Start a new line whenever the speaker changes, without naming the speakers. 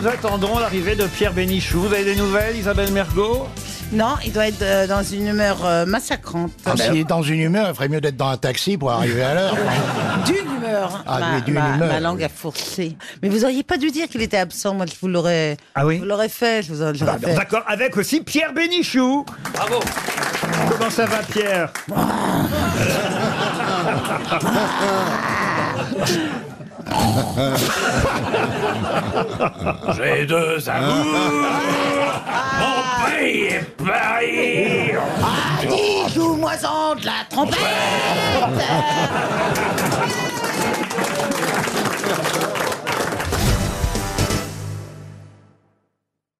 nous attendons l'arrivée de Pierre Bénichou. Vous avez des nouvelles, Isabelle Mergot
Non, il doit être euh, dans une humeur euh, massacrante.
Ah, S'il est dans une humeur, il ferait mieux d'être dans un taxi pour arriver à l'heure.
D'une humeur.
Ah,
ma,
mais d'une
ma-
humeur,
ma langue a fourcé. Mais vous auriez pas dû dire qu'il était absent. Moi, je vous l'aurais.
Ah oui
je vous l'aurais fait. Je vous aurais- je
Bah,
l'aurais fait.
D'accord, avec aussi Pierre Bénichou.
Bravo.
Comment ça va, Pierre
J'ai deux amours. Mon pays est Paris.
Ah, dis, joue-moi-en de la trompette